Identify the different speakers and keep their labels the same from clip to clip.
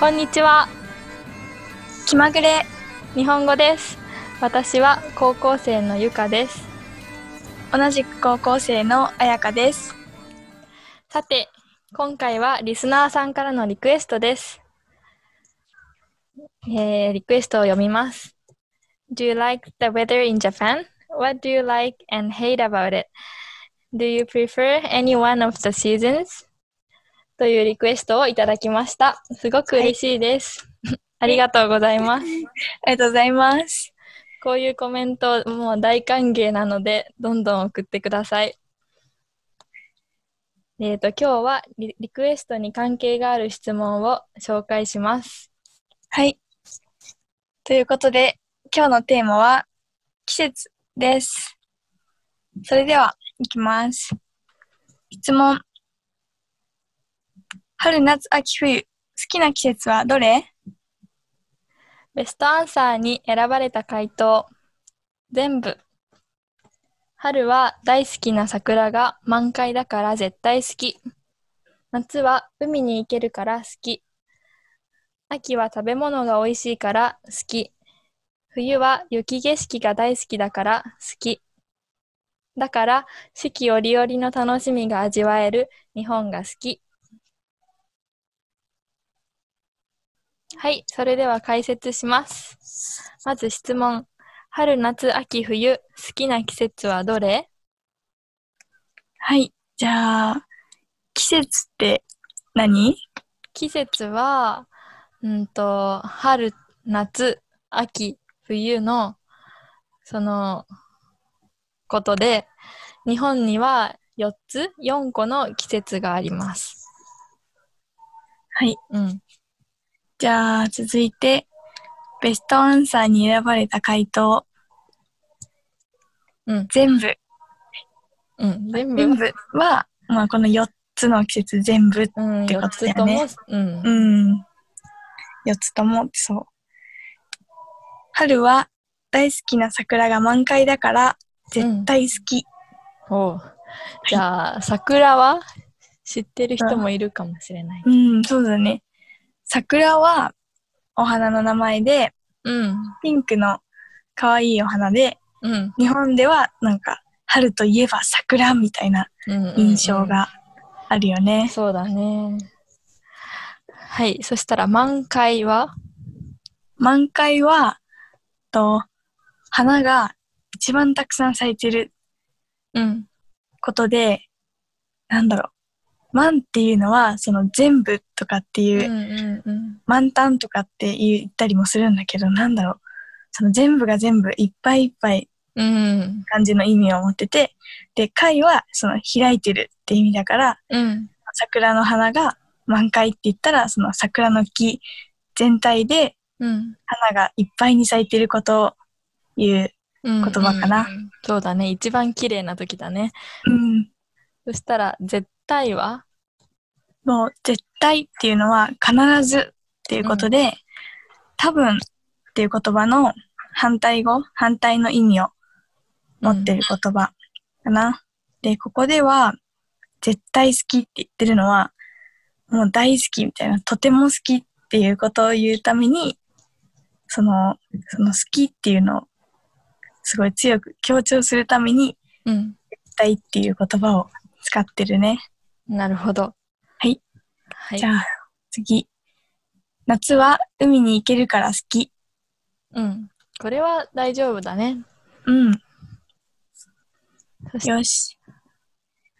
Speaker 1: こんにちは
Speaker 2: 気まぐれ
Speaker 1: 日本語です私は高校生のゆかです
Speaker 2: 同じく高校生のあやかです
Speaker 1: さて今回はリスナーさんからのリクエストです、えーリクエストを読みます Do you like the weather in Japan? What do you like and hate about it? Do you prefer any one of the seasons? というリクエストをいただきました。すごく嬉しいです。ありがとうございます。
Speaker 2: ありがとうございます
Speaker 1: こういうコメント、もう大歓迎なので、どんどん送ってください。えっ、と、今日はリリクエストに関係がある質問を紹介します。
Speaker 2: はいということで今日のテーマは季節ですそれではいきます質問春夏秋冬好きな季節はどれ
Speaker 1: ベストアンサーに選ばれた回答。全部。春は大好きな桜が満開だから絶対好き。夏は海に行けるから好き。秋は食べ物が美味しいから好き。冬は雪景色が大好きだから好き。だから四季折々の楽しみが味わえる日本が好き。はい、それでは解説します。まず質問。春、夏、秋、冬、好きな季節はどれ
Speaker 2: はい。じゃあ、季節って何
Speaker 1: 季節は、うんと、春、夏、秋、冬の、その、ことで、日本には4つ、4個の季節があります。
Speaker 2: はい。
Speaker 1: うん。
Speaker 2: じゃあ、続いて、ベストアンサーに選ばれた回答。
Speaker 1: うん
Speaker 2: 全部。
Speaker 1: うん。全部、
Speaker 2: 全部は、まあ、この4つの季節全部。
Speaker 1: うん、
Speaker 2: っ
Speaker 1: 4
Speaker 2: てことだ
Speaker 1: つ
Speaker 2: よ
Speaker 1: と
Speaker 2: ね
Speaker 1: も、うん
Speaker 2: う。ん。4つとも、そう。春は、大好きな桜が満開だから、絶対好き。
Speaker 1: おうじゃあ、桜は知ってる人もいるかもしれない。
Speaker 2: うん、そうだね。桜は、お花の名前で、
Speaker 1: うん。
Speaker 2: ピンクの可愛いお花で、
Speaker 1: うん。
Speaker 2: 日本ではなんか春といえば桜みたいな
Speaker 1: うんうんうん
Speaker 2: 印象があるよね。
Speaker 1: そうだね。はい。そしたら、満開は
Speaker 2: 満開はと花が一番たくさん咲いてる
Speaker 1: うん。
Speaker 2: ことでなんだろう満っていうのはその全部とかって
Speaker 1: う
Speaker 2: い
Speaker 1: ん
Speaker 2: う、
Speaker 1: うんうん。
Speaker 2: 満タンとかって言ったりもするんだけどなんだろうその全部が全部いっぱいいっぱい
Speaker 1: うん。
Speaker 2: 感じの意味を持っててで開はその開いてるって意味だから
Speaker 1: うん。
Speaker 2: 桜の花が満開って言ったらその桜の木全体で
Speaker 1: うん。
Speaker 2: 花がいっぱいに咲いてることを言う、
Speaker 1: 言
Speaker 2: 言葉かな
Speaker 1: そうだね。一番綺麗な時だね。
Speaker 2: うん、
Speaker 1: そしたら、絶対は
Speaker 2: もう絶対っていうのは必ずっていうことで、多分っていう言葉の反対語反対の意味を持ってる言葉かな。でここでは絶対好きって言ってるのはもう大好きみたいなとても好きっていうことを言うためにそのその好きっていうのをすごい強く強調するために
Speaker 1: うん。
Speaker 2: 絶対っていう言葉を使ってるね。
Speaker 1: うん。なるほど。
Speaker 2: はい。
Speaker 1: はい。
Speaker 2: じゃあ次。夏は海に行けるから好き。
Speaker 1: うん。これは大丈夫だね。
Speaker 2: うん。
Speaker 1: そして
Speaker 2: よし。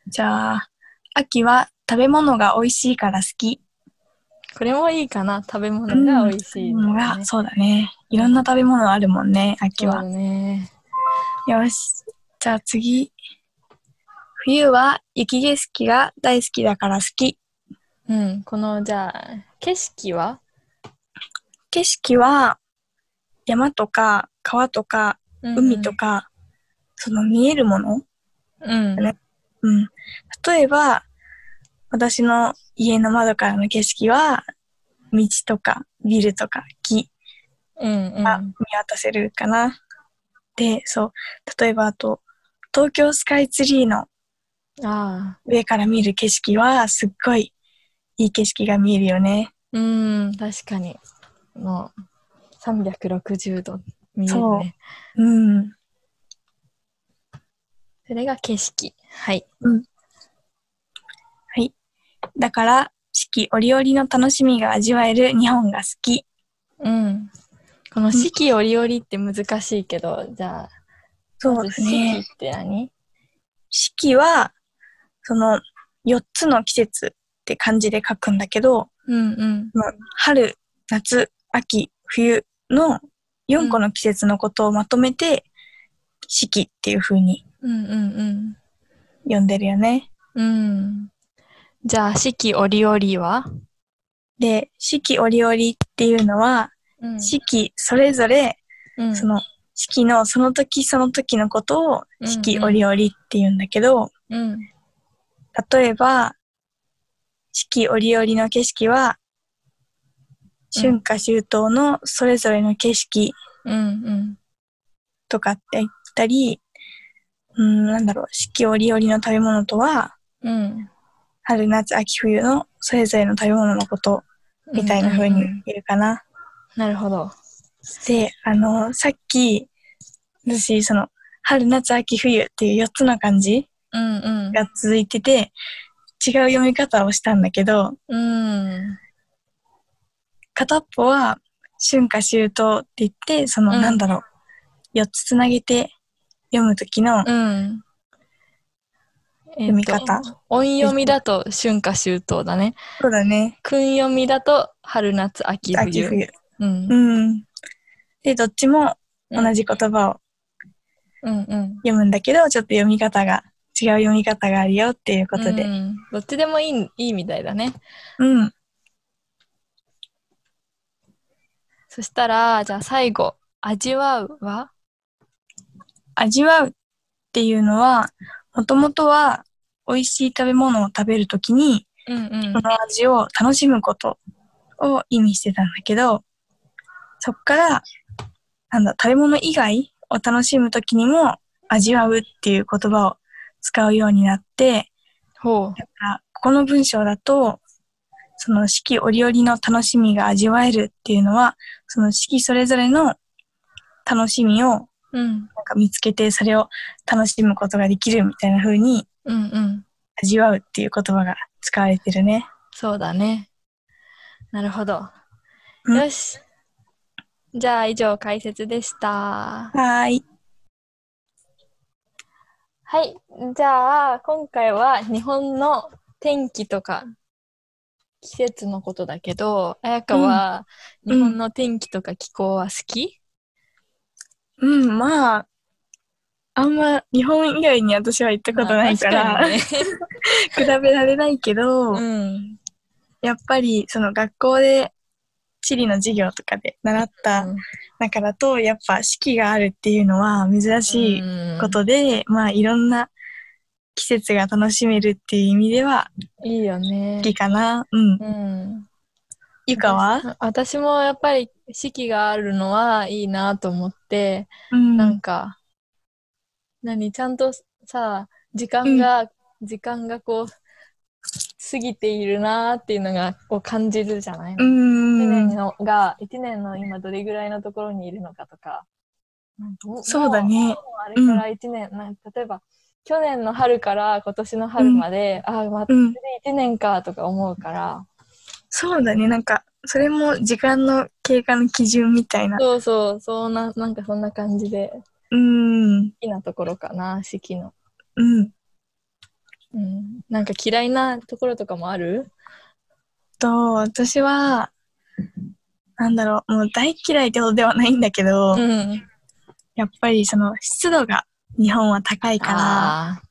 Speaker 2: じゃあ、秋は食べ物が美味しいから好き。
Speaker 1: これもいいかな。食べ物が美味しい
Speaker 2: うん食べ
Speaker 1: の
Speaker 2: 物
Speaker 1: が
Speaker 2: が
Speaker 1: ね。
Speaker 2: そうだね。いろんな食べ物あるもんね、秋
Speaker 1: そうだ
Speaker 2: は。
Speaker 1: ね。
Speaker 2: よし。じゃあ次。冬は雪景色が大好きだから好き。
Speaker 1: うん。この、じゃあ、景色は
Speaker 2: 景色は山とか川とか海と
Speaker 1: か。
Speaker 2: か、その見えるもの、
Speaker 1: うん。
Speaker 2: うん、例えば私の家の窓からの景色は道とかビルとか木
Speaker 1: うんう
Speaker 2: が
Speaker 1: ん
Speaker 2: 見。渡せるかな。でそう例えばあと東京スカイツリーの
Speaker 1: ああ、
Speaker 2: 上から見る景色はすっごいいい景色が見えるよね。
Speaker 1: うん、確かに。もう、360度見え
Speaker 2: そ
Speaker 1: る
Speaker 2: う
Speaker 1: ね。
Speaker 2: うん。
Speaker 1: それが景色。はい。
Speaker 2: だから、四季折々の楽しみが味わえる日本が好き。
Speaker 1: うん。この四季折々って難しいけど、じゃあ、
Speaker 2: そ
Speaker 1: ま
Speaker 2: う
Speaker 1: ず
Speaker 2: です
Speaker 1: 四季
Speaker 2: ね。
Speaker 1: って何
Speaker 2: 四季は、その、4つの季節って漢字で書くんだけど、
Speaker 1: うんうん。
Speaker 2: 春、夏、秋、冬の4個の季節のことをまとめて、四季っていう風に
Speaker 1: うんうん
Speaker 2: 呼んでるよね。
Speaker 1: うん。うん。じゃあ、四季折々は
Speaker 2: で、四季折々っていうのは、
Speaker 1: うん
Speaker 2: 四季それぞれ、
Speaker 1: うん
Speaker 2: その、四季のその時その時のことを四季折々っていうんだけど、
Speaker 1: うん。
Speaker 2: 例えば、四季折々の景色は、
Speaker 1: うん
Speaker 2: 春夏秋冬のそれぞれの景色
Speaker 1: うん
Speaker 2: とかって言ったり、うん、なんだろう、四季折々の食べ物とは、
Speaker 1: うん。うん。
Speaker 2: 春夏秋冬のそれぞれの食べ物のことみたいな風
Speaker 1: うんう
Speaker 2: に
Speaker 1: んうん
Speaker 2: 言うかな。
Speaker 1: なるほど。
Speaker 2: で、あの、さっき、私、その、春夏秋冬っていう4つの漢字
Speaker 1: うんうん。
Speaker 2: が続いてて、違う読み方をしたんだけど、
Speaker 1: うん。
Speaker 2: 片っぽは春夏秋冬って言ってその、
Speaker 1: うん
Speaker 2: なんだろう4つつなげて読む時の、
Speaker 1: うん。
Speaker 2: 読み方
Speaker 1: えっと音読みだと春夏秋冬だね。
Speaker 2: そうだね
Speaker 1: 訓読みだと春夏秋冬。
Speaker 2: 秋冬
Speaker 1: うん。
Speaker 2: うんでどっちも同じ言葉を
Speaker 1: うんうん。
Speaker 2: 読むんだけど、ちょっと読み方が違う読み方があるよっていうこと
Speaker 1: う
Speaker 2: で
Speaker 1: んどっちでもいいいいみたいだね。
Speaker 2: うん、
Speaker 1: そしたら、じゃあ最後、味わうは
Speaker 2: 味わうっていうのはもともとは美味しい食べ物を食べる時に
Speaker 1: うんうん
Speaker 2: そ。の味を楽しむことを意味してたんだけど、そっから、なんだ、食べ物以外を楽しむときにも、味わうっていう言葉を使うようになって、
Speaker 1: ほう。
Speaker 2: あここの文章だと、その四季折々の楽しみが味わえるっていうのは、その四季それぞれの楽しみをなん
Speaker 1: うん。
Speaker 2: か見つけて、それを楽しむことができるみたいな風に、
Speaker 1: うんうん。
Speaker 2: 味わうっていう言葉が使われてるね。
Speaker 1: そうだね。なるほど。
Speaker 2: うん
Speaker 1: よし。じゃあ以上解説でした。
Speaker 2: はーい。
Speaker 1: はい。じゃあ、今回は日本の天気とか季節のことだけど、彩香は
Speaker 2: うん
Speaker 1: 日本の天気とか気候は好き、
Speaker 2: うん、まあ、あんま日本以外に私は行ったことないから、
Speaker 1: まあ確かにね
Speaker 2: 比べられないけど、
Speaker 1: うん。
Speaker 2: やっぱりその学校で地理の授業とかで習った
Speaker 1: うん
Speaker 2: 中だと、やっぱ四季があるっていうのは珍しいことで、まあいろんな季節が楽しめるっていう意味では
Speaker 1: うんいいよね
Speaker 2: 好。きかな。うん。
Speaker 1: うん。
Speaker 2: ゆかは
Speaker 1: 私もやっぱり四季があるのはいいなと思って、
Speaker 2: うん。
Speaker 1: なんか、何、ちゃんとさ、時間が、時間がこう、過ぎているなーっていうのが、こう感じるじゃない、
Speaker 2: う
Speaker 1: 一
Speaker 2: ん
Speaker 1: 年。のが、一年の今どれぐらいのところにいるのかとか、なんかも
Speaker 2: そうだね
Speaker 1: もうあれから一年、なん例えば、去年の春から今年の春まで、ああ、また
Speaker 2: うん。
Speaker 1: 一年かとか思うから、
Speaker 2: そうだね。なんか、それも時間の経過の基準みたいな。
Speaker 1: そうそう、そうな、なんかそんな感じで、好
Speaker 2: うん。
Speaker 1: きなところかな、四季の。
Speaker 2: うん。
Speaker 1: うん、なんか嫌いなところとかもある
Speaker 2: えっと、私は、なんだろう、もう大嫌いってほどではないんだけど、
Speaker 1: ん。
Speaker 2: やっぱりその湿度が日本は高いから、
Speaker 1: あ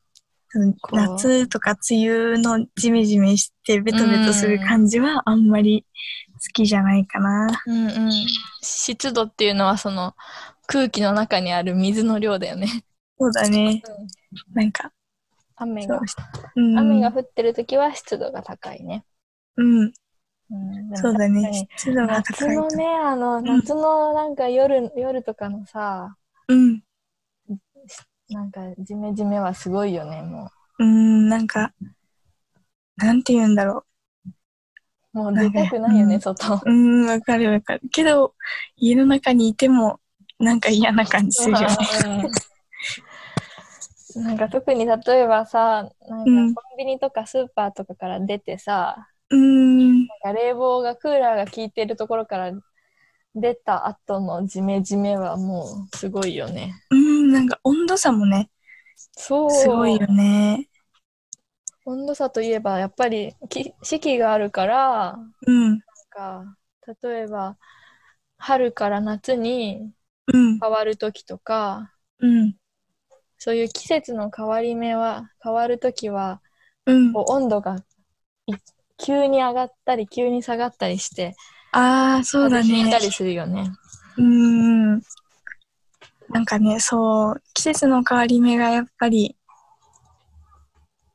Speaker 2: その
Speaker 1: こう
Speaker 2: 夏とか梅雨のジメジメしてベトベトする感じはあんまり好きじゃないかな。
Speaker 1: ー。うんうん。湿度っていうのはその空気の中にある水の量だよね。
Speaker 2: そうだね。なんか、
Speaker 1: 雨
Speaker 2: そ
Speaker 1: が
Speaker 2: う。うん。
Speaker 1: 雨が降ってる時は湿度が高いね。
Speaker 2: うん。
Speaker 1: うん、でも
Speaker 2: そう
Speaker 1: 確
Speaker 2: だ
Speaker 1: かに
Speaker 2: ね。湿度が
Speaker 1: 夏
Speaker 2: 高いと
Speaker 1: の。ね、あの、夏のなんか夜、夜とかのさ、
Speaker 2: うん。
Speaker 1: なんかジメジメはすごいよね、も
Speaker 2: うん、なんか、なんて言うんだろう。
Speaker 1: もう出たくないよね、
Speaker 2: うん
Speaker 1: 外。
Speaker 2: うーん、わかるわかる。けど、家の中にいても、なんか嫌な感じするよね。
Speaker 1: うんなんか特に例えばさ、なんかコ
Speaker 2: うん
Speaker 1: ンビニとかスーパーとかから出てさ、
Speaker 2: うーん、
Speaker 1: なんか冷房がクーラーが効いてるところから出た後のジメジメはもうすごいよね。
Speaker 2: うん、なんか温度差もね、
Speaker 1: そう。
Speaker 2: すごいよね。
Speaker 1: 温度差といえばやっぱりき四季があるから、
Speaker 2: うん、
Speaker 1: なんか例えば春から夏に
Speaker 2: うん、
Speaker 1: 変わる時とか、
Speaker 2: うん、
Speaker 1: そういう季節の変わり目は変わる時は
Speaker 2: うん。
Speaker 1: こう温度がい急に上がったり急に下がったりして
Speaker 2: ああ、そうだ
Speaker 1: 風邪ひい
Speaker 2: ね
Speaker 1: た。りするよね。
Speaker 2: うーん。なんかね、そう、季節の変わり目がやっぱり、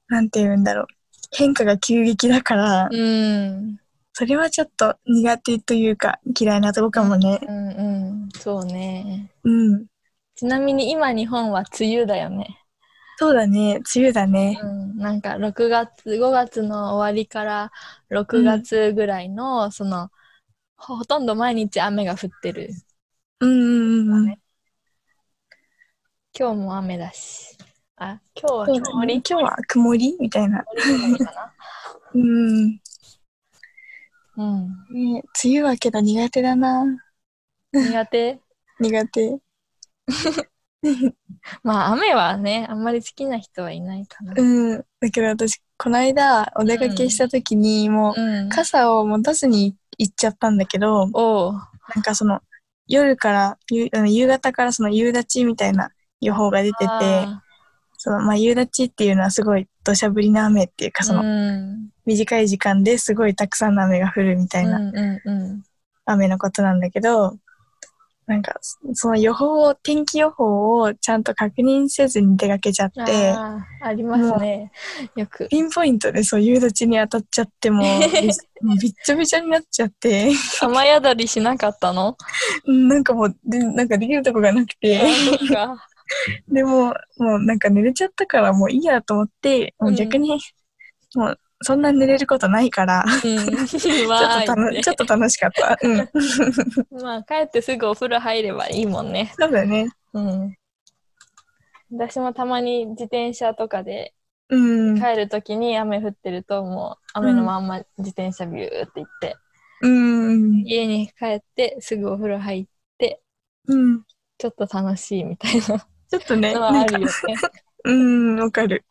Speaker 2: なんて言うんだろう。変化が急激だから、
Speaker 1: うん、
Speaker 2: それはちょっと苦手というか嫌いなとこかもね。
Speaker 1: うん、うん、そうね。
Speaker 2: うん。
Speaker 1: ちなみに今日本は梅雨だよね。
Speaker 2: そうだね、梅雨だね。
Speaker 1: うん、なんか6月5月の終わりから6月ぐらいの、そのほほとんど毎日雨が降ってる。
Speaker 2: うんうんうんうん。
Speaker 1: 今日も雨だし。あ、今日
Speaker 2: そう
Speaker 1: は曇
Speaker 2: だね
Speaker 1: り
Speaker 2: 今日は曇りみたいな。
Speaker 1: 曇りぐらいかな。
Speaker 2: うん。ね、
Speaker 1: うん。
Speaker 2: 梅雨はけど苦手だな。
Speaker 1: 苦手
Speaker 2: 苦手。
Speaker 1: まあ雨はね、あんまり好きな人はいないかな。
Speaker 2: うん。だけど私、この間お出かけした時に、もう、
Speaker 1: うん。
Speaker 2: 傘を持たずに行っちゃったんだけど、
Speaker 1: おう。
Speaker 2: なんかその夜から夕あの夕方からその夕立ちみたいな予報が出てて、
Speaker 1: あ
Speaker 2: そのまあ夕立ちっていうのはすごい土砂降りの雨っていうか
Speaker 1: ー
Speaker 2: その
Speaker 1: うん
Speaker 2: 短い時間ですごいたくさんの雨が降るみたいな
Speaker 1: うんうんうん。
Speaker 2: 雨のことなんだけど、なんかそその予報を天気予報をちゃんと確認せずに出かけちゃって、
Speaker 1: あーありますね。よく。
Speaker 2: ピンポイントでそう夕立ちに当たっちゃってもうび びっちょびちょになっちゃって、
Speaker 1: 雨宿りしなかったの
Speaker 2: なんかもうでなんかできるとこがなくて。
Speaker 1: なんか
Speaker 2: でも、もうなんか寝れちゃったからもういいやと思って、もう逆に、もうそんな寝れることないから、
Speaker 1: うん。
Speaker 2: ちょ
Speaker 1: まあ
Speaker 2: っと楽、ちょっと楽しかっ た。うん。
Speaker 1: まあ帰ってすぐお風呂入ればいいもんね。
Speaker 2: そうだね。
Speaker 1: うん。私もたまに自転車とかで
Speaker 2: うん。
Speaker 1: 帰るときに雨降ってるともう雨のまんま自転車ビューって行って、
Speaker 2: うん。
Speaker 1: 家に帰ってすぐお風呂入って
Speaker 2: うん。
Speaker 1: ちょっと楽しいみたいな
Speaker 2: ちょっとね、
Speaker 1: のは
Speaker 2: な
Speaker 1: あ
Speaker 2: ん
Speaker 1: る
Speaker 2: か
Speaker 1: よね。
Speaker 2: うん、わかる。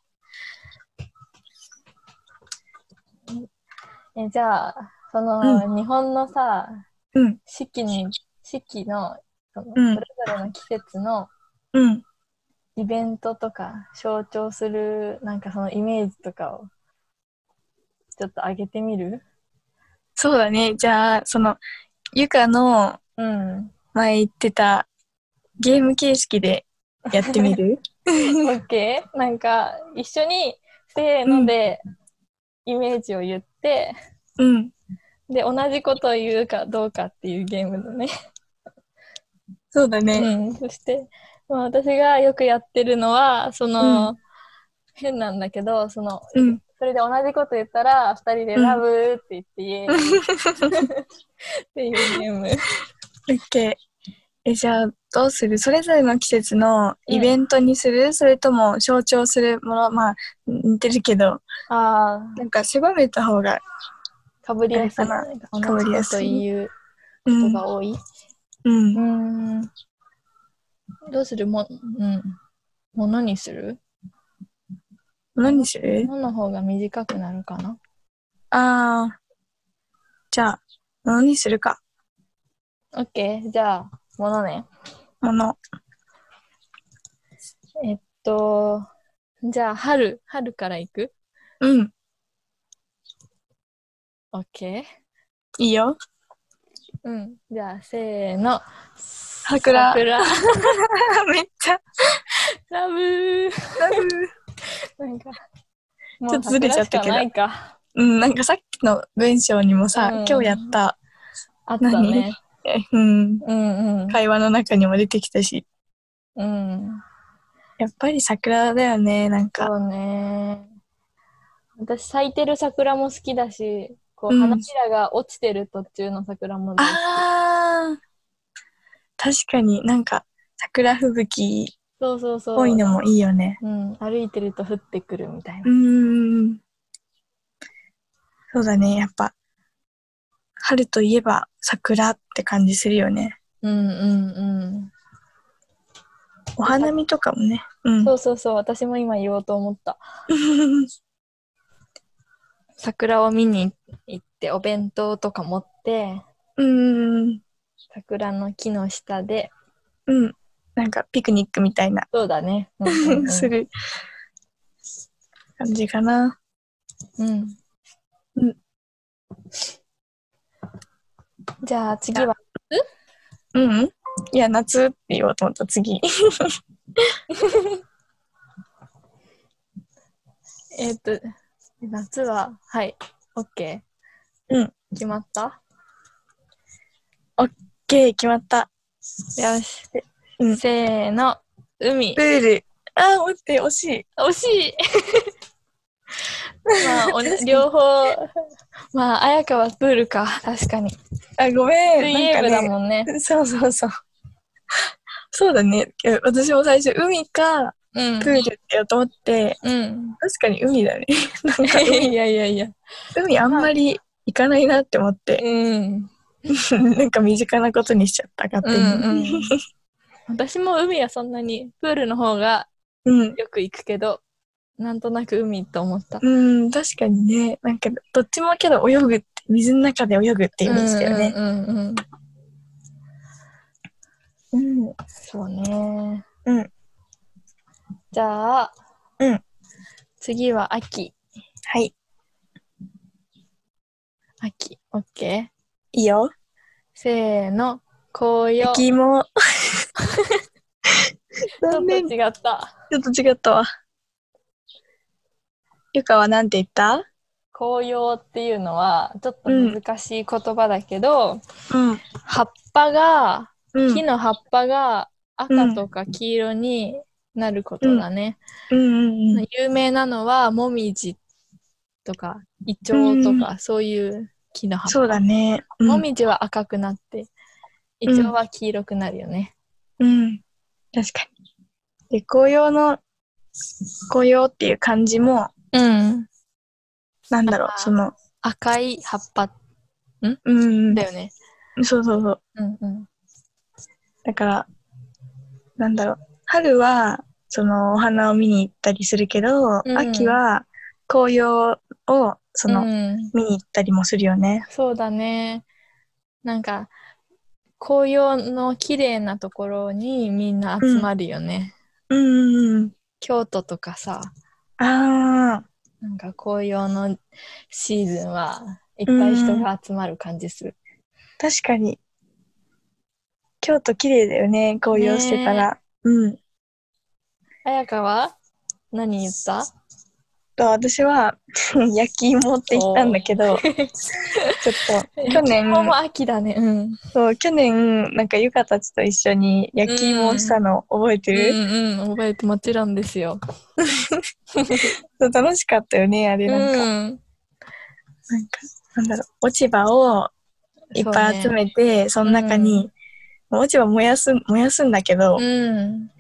Speaker 1: えじゃあその、日本のさ
Speaker 2: うん。
Speaker 1: 四季に四季のその、
Speaker 2: うん
Speaker 1: それぞれの季節の
Speaker 2: うん。
Speaker 1: イベントとか象徴するなんかそのイメージとかをちょっと上げてみる
Speaker 2: そうだね。じゃあ、その、ゆかの
Speaker 1: うん。
Speaker 2: 前言ってたゲーム形式でやって みる
Speaker 1: OK? なんか一緒にせーのでイメージを言って、
Speaker 2: うん。
Speaker 1: で同じことを言うかどうかっていうゲームだね。
Speaker 2: そうだね。
Speaker 1: うん、そして、まあ、私がよくやってるのはその、変なんだけどその
Speaker 2: うん。
Speaker 1: それで同じこと言ったら2人で「
Speaker 2: うん
Speaker 1: ラブ」って 言って言えるっていうゲーム。
Speaker 2: オッケーえじゃあどうするそれぞれの季節のイベントにする、それとも象徴するものまあ似てるけど
Speaker 1: ああ
Speaker 2: なんか狭めた方が、
Speaker 1: かぶりやすい。
Speaker 2: あ
Speaker 1: 同
Speaker 2: かぶ
Speaker 1: じ
Speaker 2: り
Speaker 1: こ
Speaker 2: や
Speaker 1: と
Speaker 2: すい
Speaker 1: 言う
Speaker 2: う
Speaker 1: 人
Speaker 2: ん
Speaker 1: が多い。
Speaker 2: うん
Speaker 1: う、ん。どうするも、うん。ものにする
Speaker 2: 何する
Speaker 1: ものの方が短くなるかな
Speaker 2: ああじゃあ物にするか
Speaker 1: ?OK。じゃあ、ものね。
Speaker 2: 物
Speaker 1: えっと、じゃあ、春。春から行く
Speaker 2: うん
Speaker 1: ?OK。
Speaker 2: いいよ
Speaker 1: うん。じゃあ、せーの。
Speaker 2: 桜
Speaker 1: 桜。
Speaker 2: めっちゃ
Speaker 1: ラブー。なんか、もう
Speaker 2: ちょっとずれちゃったけど
Speaker 1: 桜しかないか。
Speaker 2: うんなんかさっきの文章にもさ、
Speaker 1: うん
Speaker 2: 今日やった
Speaker 1: あったね。
Speaker 2: えうん
Speaker 1: うんうん。
Speaker 2: 会話の中にも出てきたし
Speaker 1: うん。
Speaker 2: やっぱり桜だよねなんか
Speaker 1: そうね。私、咲いてる桜も好きだし、こ
Speaker 2: う
Speaker 1: う、
Speaker 2: ん
Speaker 1: 花びらが落ちてる途中の桜も大好き
Speaker 2: あー確かになんか桜吹雪
Speaker 1: そうそう
Speaker 2: っ
Speaker 1: そう。
Speaker 2: ぽいのもいいよね。
Speaker 1: うん、歩いてると降ってくるみたいうな。
Speaker 2: ーん。そうだね、やっぱ。春といえば桜って感じするよね。
Speaker 1: うんうんうん。
Speaker 2: お花見とかもね。うん。
Speaker 1: そうそうそう、私も今言おうと思った。
Speaker 2: う
Speaker 1: 桜を見に行って、お弁当とか持って、
Speaker 2: ーん。
Speaker 1: 桜の木の下で、
Speaker 2: うん。なんかピクニックみたいな、
Speaker 1: そうだね。うんうんう ん
Speaker 2: する感じかな。
Speaker 1: うん。
Speaker 2: うん
Speaker 1: じゃあ次は、
Speaker 2: うん。いや、夏って言おうと思った、次。
Speaker 1: えーっと、夏は、はい、OK。
Speaker 2: うん。
Speaker 1: 決まった
Speaker 2: ゲイ決まった。
Speaker 1: よし。
Speaker 2: うん
Speaker 1: せーの、海
Speaker 2: プ。ール。あー、待って、惜しい。
Speaker 1: 惜しい まあ、おね両方、まあ、綾香はプールか、確かに。
Speaker 2: あ、ごめ
Speaker 1: 水
Speaker 2: ん。
Speaker 1: 泳
Speaker 2: なん
Speaker 1: 部
Speaker 2: か
Speaker 1: だ
Speaker 2: ね、
Speaker 1: もんね。
Speaker 2: そうそうそう。そうだね。いや私も最初、海か、
Speaker 1: うん
Speaker 2: プ。ールってやろうと思って、
Speaker 1: うん。
Speaker 2: 確かに海だね。 なん か、
Speaker 1: いやいやいや。
Speaker 2: 海あんまり行かないなって思って、
Speaker 1: うん。
Speaker 2: なんか身近なことにしちゃった、勝
Speaker 1: う
Speaker 2: 手
Speaker 1: んう
Speaker 2: に。
Speaker 1: ん。 私も海はそんなに、プールの方が
Speaker 2: うん。
Speaker 1: よく行くけど、なんとなく海と思った。
Speaker 2: うん、確かにね。なんか、どっちもけど泳ぐって、水の中で泳ぐってイメージだよね。
Speaker 1: うんうんうん。
Speaker 2: うん。
Speaker 1: そうね。
Speaker 2: うん。
Speaker 1: じゃあ、
Speaker 2: うん。
Speaker 1: 次は秋。
Speaker 2: はい。
Speaker 1: 秋。オッケー。
Speaker 2: いいよ。
Speaker 1: せーの。紅葉。
Speaker 2: 雪も。
Speaker 1: ちょ
Speaker 2: 残
Speaker 1: っと
Speaker 2: 念。
Speaker 1: 違った。
Speaker 2: ちょっと違ったわ。ゆかはなんて言った
Speaker 1: 紅葉っていうのは、ちょっと難しい言葉だけど、
Speaker 2: うん。
Speaker 1: 葉っぱが、
Speaker 2: う
Speaker 1: 木
Speaker 2: ん。
Speaker 1: の葉っぱが赤とか黄色になることだね。
Speaker 2: うん。うん。
Speaker 1: 有名なのは、もみじとか、イチョウとか、そういう木の葉っぱ。
Speaker 2: そうだね。うん
Speaker 1: もみじは赤くなって、イチョウは黄色くなるよね。
Speaker 2: うん。確かに。で、紅葉の、紅葉っていう漢字も、
Speaker 1: うん。
Speaker 2: なんだろう
Speaker 1: あ、ー
Speaker 2: その、
Speaker 1: 赤い葉っぱ
Speaker 2: うん。
Speaker 1: だよね。
Speaker 2: そうそうそう。
Speaker 1: うんうん。
Speaker 2: だから、なんだろう。春は、その、お花を見に行ったりするけど、
Speaker 1: うん
Speaker 2: 秋は、紅葉を、その、
Speaker 1: うん、
Speaker 2: 見に行ったりもするよね。
Speaker 1: そうだね。なんか、紅葉の綺麗なところにみんな集まるよね。
Speaker 2: うんうんうん。
Speaker 1: 京都とかさ、
Speaker 2: ああ、
Speaker 1: なんか紅葉のシーズンはいっぱい人が集まる感じする。
Speaker 2: 確かに。京都綺麗だよね、紅葉してたら。うん。
Speaker 1: 彩香は何言った
Speaker 2: と私は、 焼き芋って言ったんだけど、ちょっ と、去年、
Speaker 1: ここも秋だね。うん。
Speaker 2: そう、去年、なんか、ゆかたちと一緒に焼き芋をしたの覚えて
Speaker 1: う
Speaker 2: る、
Speaker 1: んうん、覚えてもちろんですよ。
Speaker 2: そう楽しかったよね、あれなんか。
Speaker 1: うん。
Speaker 2: なんか、なんだろう、落ち葉をいっぱい集めて、そ,、の中に、落ち葉燃やす、燃やすんだけど、
Speaker 1: うん。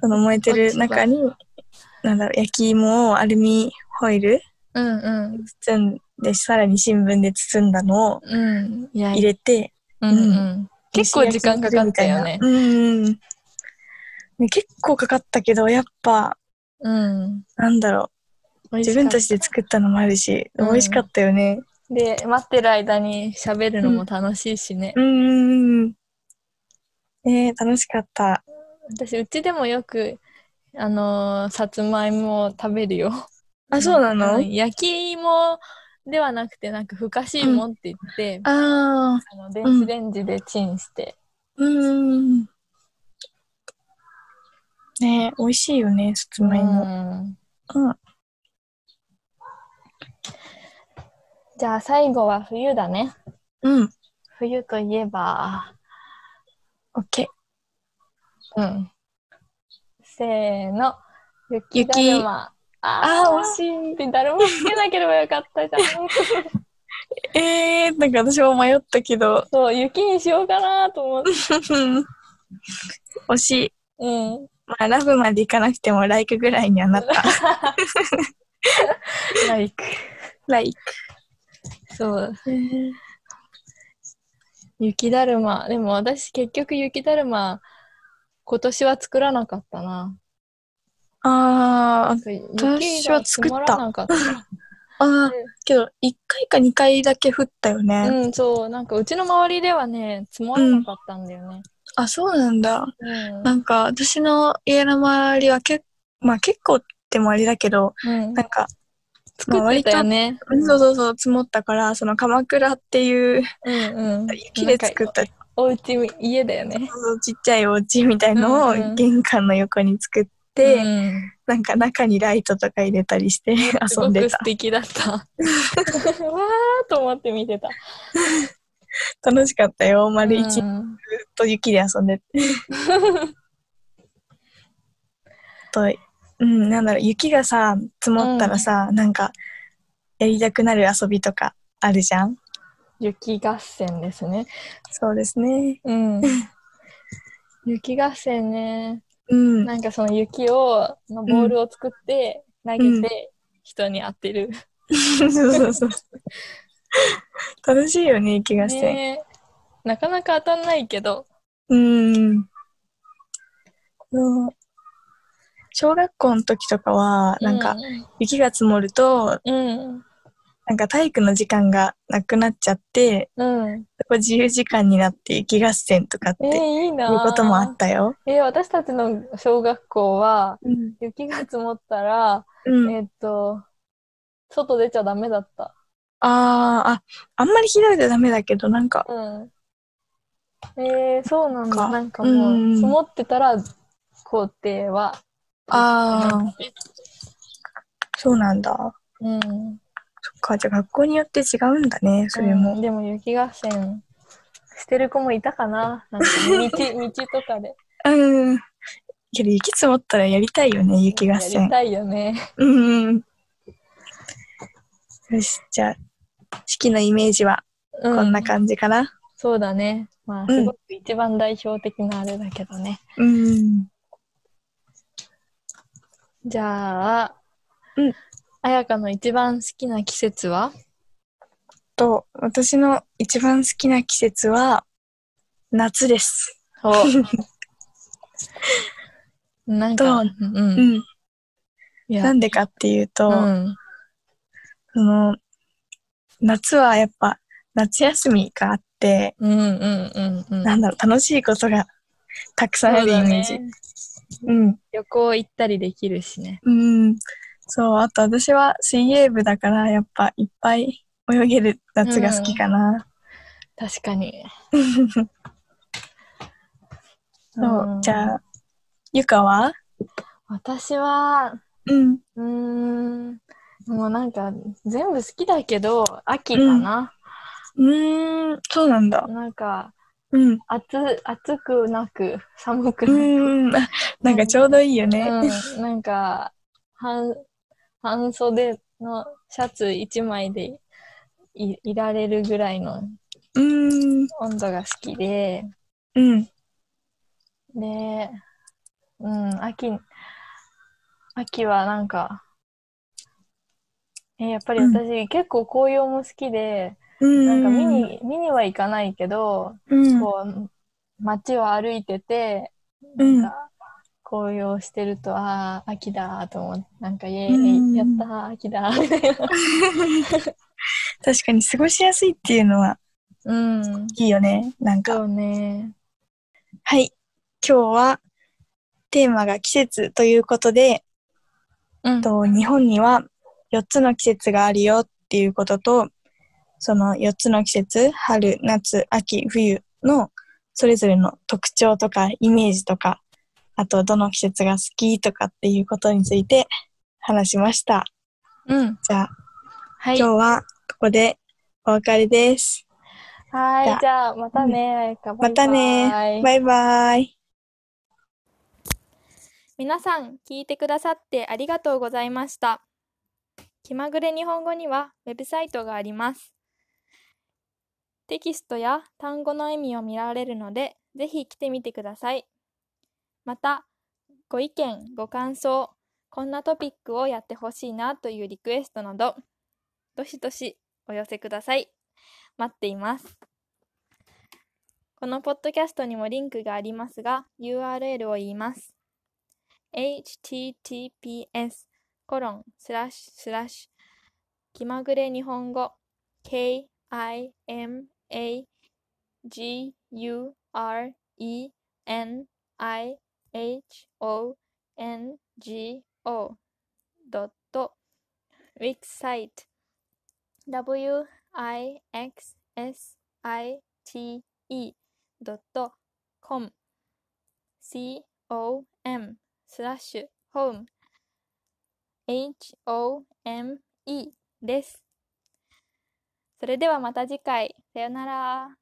Speaker 2: その燃えてる中に、なんだろう、焼き芋をアルミホイル
Speaker 1: うんうん。
Speaker 2: 包んで、さらに新聞で包んだのを
Speaker 1: うん。いや、
Speaker 2: 入れて、
Speaker 1: うんうん。結構時間かかったよね
Speaker 2: 蒸し焼きにするみたいな。うんうん。ね結構かかったけど、やっぱ、
Speaker 1: うん。
Speaker 2: なんだろう、
Speaker 1: 美味
Speaker 2: 自
Speaker 1: しか
Speaker 2: 分
Speaker 1: った
Speaker 2: ちで作ったのもあるし、
Speaker 1: うん
Speaker 2: 美味しかったよね。
Speaker 1: で、待ってる間に喋るのも楽しいしね。
Speaker 2: うんうんうん。えー、楽しかった。
Speaker 1: 私、うちでもよく、あのーさつまいもを食べるよ。
Speaker 2: あ、そうなの、
Speaker 1: うん焼き芋ではなくて、なんか、ふかし芋って言って、
Speaker 2: ああ、
Speaker 1: あの電子レンジでチンして。
Speaker 2: うん。ねえ、美味しいよね、さつまいも。
Speaker 1: うん
Speaker 2: うん。
Speaker 1: じゃあ、最後は冬だね。
Speaker 2: うん。
Speaker 1: 冬といえば、
Speaker 2: オッケー。
Speaker 1: うん。せーの。雪
Speaker 2: 雪
Speaker 1: だるま。
Speaker 2: あ
Speaker 1: あー、
Speaker 2: あ、惜しい。
Speaker 1: で誰もつけなければよかったじゃん。
Speaker 2: えー、なんか私も迷った けど、
Speaker 1: そう、雪にしようかなと思って。
Speaker 2: 惜しい。
Speaker 1: うん。
Speaker 2: まあ、ラブまでいかなくても、ライクぐらいにはなった。
Speaker 1: ライク。
Speaker 2: ライ
Speaker 1: そう。
Speaker 2: ク。
Speaker 1: 雪だるま。でも私結局雪だるま、今年は作らなかったな。
Speaker 2: あー、
Speaker 1: 私は作った。なかっ
Speaker 2: あー、けど、1回か2回だけ降ったよ
Speaker 1: た。
Speaker 2: ね。
Speaker 1: うん、そう。なんかうちの周りではね、積もらなかったんだよね。
Speaker 2: あ、そうなんだ。
Speaker 1: うん。
Speaker 2: なんか、私の家の周りはけ、まあ結構ってもあれだけど、
Speaker 1: うん
Speaker 2: なんか、
Speaker 1: 作ってたよね。
Speaker 2: そうそうそう、積もったから、その鎌倉っていう、
Speaker 1: うんうん。
Speaker 2: 雪で作
Speaker 1: なん
Speaker 2: っ
Speaker 1: か
Speaker 2: た
Speaker 1: お家み、家だよね。
Speaker 2: そうちっちゃいお家みたいの
Speaker 1: うんう
Speaker 2: を
Speaker 1: ん
Speaker 2: 玄関の横に作って、
Speaker 1: うん
Speaker 2: なんか中にライトとか入れたりして
Speaker 1: す
Speaker 2: 遊
Speaker 1: ご
Speaker 2: んで
Speaker 1: く素
Speaker 2: た。
Speaker 1: 敵だ った。わーと思って見てた。
Speaker 2: 楽しかったよ。丸一日ず
Speaker 1: う
Speaker 2: っ
Speaker 1: ん
Speaker 2: と雪で遊んでて。と、うん、なんだろう、雪がさ、積もったらさ、なんか、やりたくなる遊びとかあるじゃん
Speaker 1: 雪合戦ですね。
Speaker 2: そうですね。
Speaker 1: うん。雪合戦ね。
Speaker 2: うん。
Speaker 1: なんかその雪を、のボールを作って、投
Speaker 2: うん
Speaker 1: げて、人に当てる。
Speaker 2: そうそうそう。楽しいよね、雪合戦。
Speaker 1: ねなかなか当たんないけど。
Speaker 2: うん。この小学校の時とかは、なんか、雪が積もると、
Speaker 1: うん。
Speaker 2: なんか体育の時間がなくなっちゃって、
Speaker 1: うん。うん。
Speaker 2: そこ自由時間になって雪合戦とかって
Speaker 1: えー
Speaker 2: いう
Speaker 1: いいなー
Speaker 2: こともあったよ。
Speaker 1: えー私たちの小学校は、
Speaker 2: うん。
Speaker 1: 雪が積もったら、えーっと、外出ちゃダメだった。
Speaker 2: あーあ、あんまりひどいとダメだけど、なんか、
Speaker 1: うん。えー、そうなんだ。
Speaker 2: か
Speaker 1: なんかもう、
Speaker 2: うん
Speaker 1: 積もってたら、校庭は。
Speaker 2: ああ、そうなんだ。
Speaker 1: うん。
Speaker 2: そっか、じゃあ学校によって違うんだね、それ
Speaker 1: う
Speaker 2: も。
Speaker 1: んでも雪合戦してる子もいたかな。なんか 道、道とかで。
Speaker 2: うん。けど雪積もったらやりたいよね、雪合
Speaker 1: やり
Speaker 2: 戦。
Speaker 1: たいよね。
Speaker 2: うんうん。よし、じゃあ、式のイメージは
Speaker 1: う
Speaker 2: こんな感じかな。
Speaker 1: そうだね。まあ、
Speaker 2: ん
Speaker 1: すごく一番代表的なあれだけどね。
Speaker 2: うん。
Speaker 1: じゃあ、
Speaker 2: うん。
Speaker 1: あやかの一番好きな季節は
Speaker 2: と、私の一番好きな季節は、夏です。
Speaker 1: なんか、
Speaker 2: ど
Speaker 1: う。
Speaker 2: うんうん。
Speaker 1: いや
Speaker 2: なんでかっていうと、
Speaker 1: うん。
Speaker 2: その、夏はやっぱ、夏休みがあって、
Speaker 1: うんうんうんうん。
Speaker 2: なんだろう、楽しいことがたくさんあるイメー
Speaker 1: そ
Speaker 2: ジ。
Speaker 1: ううだね
Speaker 2: ん。
Speaker 1: 旅行行ったりできるしね。
Speaker 2: うん。そう、あと私は水泳部だから、やっぱいっぱい泳げる夏が好きかな。
Speaker 1: 確かに。
Speaker 2: そう、
Speaker 1: ん
Speaker 2: じゃあ、ゆかは
Speaker 1: 私は、
Speaker 2: うん。
Speaker 1: うーん、もうなんか全部好きだけど、秋かな。
Speaker 2: うーん、そうなんだ。
Speaker 1: なんか、
Speaker 2: うん。
Speaker 1: 暑、暑くなく、寒く
Speaker 2: う
Speaker 1: なく。
Speaker 2: ん。あなんかちょうどいいよね。
Speaker 1: うん、なんか、半、半袖のシャツ一枚でいいられるぐらいの
Speaker 2: うん。
Speaker 1: 温度が好きで、
Speaker 2: うん。
Speaker 1: で、うん、秋、秋はなんか、え、やっぱり
Speaker 2: うん
Speaker 1: 私結構紅葉も好きで、
Speaker 2: うん。
Speaker 1: なんか見に、見には行かないけど、
Speaker 2: うん。
Speaker 1: こう、街を歩いてて、
Speaker 2: うん
Speaker 1: なんか、紅葉してると、ああ、秋だと思って、なんか、イエ
Speaker 2: う
Speaker 1: ー
Speaker 2: ん
Speaker 1: イ、やったー、秋だー、みたいな。
Speaker 2: 確かに過ごしやすいっていうのは
Speaker 1: うん。
Speaker 2: いいよね。なんか。
Speaker 1: そうね。
Speaker 2: はい。今日はテーマが季節ということで、
Speaker 1: うん。
Speaker 2: と日本には4つの季節があるよっていうことと、その4つの季節、春、夏、秋、冬のそれぞれの特徴とかイメージとか、あとどの季節が好きとかっていうことについて話しました。
Speaker 1: うん。
Speaker 2: じゃあ、
Speaker 1: はい。
Speaker 2: 今
Speaker 1: は
Speaker 2: 日はここでお別れです。
Speaker 1: ーい。じゃあ、またね、あやか。バイ
Speaker 2: またね
Speaker 1: バイ
Speaker 2: バイバイ。
Speaker 1: 皆さん、聞いてくださってありがとうございました。気まぐれ日本語にはウェブサイトがあります。テキストや単語の意味を見られるので、ぜひ来てみてください。また、ご意見、ご感想、こんなトピックをやってほしいなというリクエストなど、どしどしお寄せください。待っています。このポッドキャストにもリンクがありますが、URL を言います。https コロンスラッシュスラッシュ気まぐれ日本語 kimagureniihongo.wixsite E wixsite.com com スラッシュホーム home です。それではまた次回。さよなら。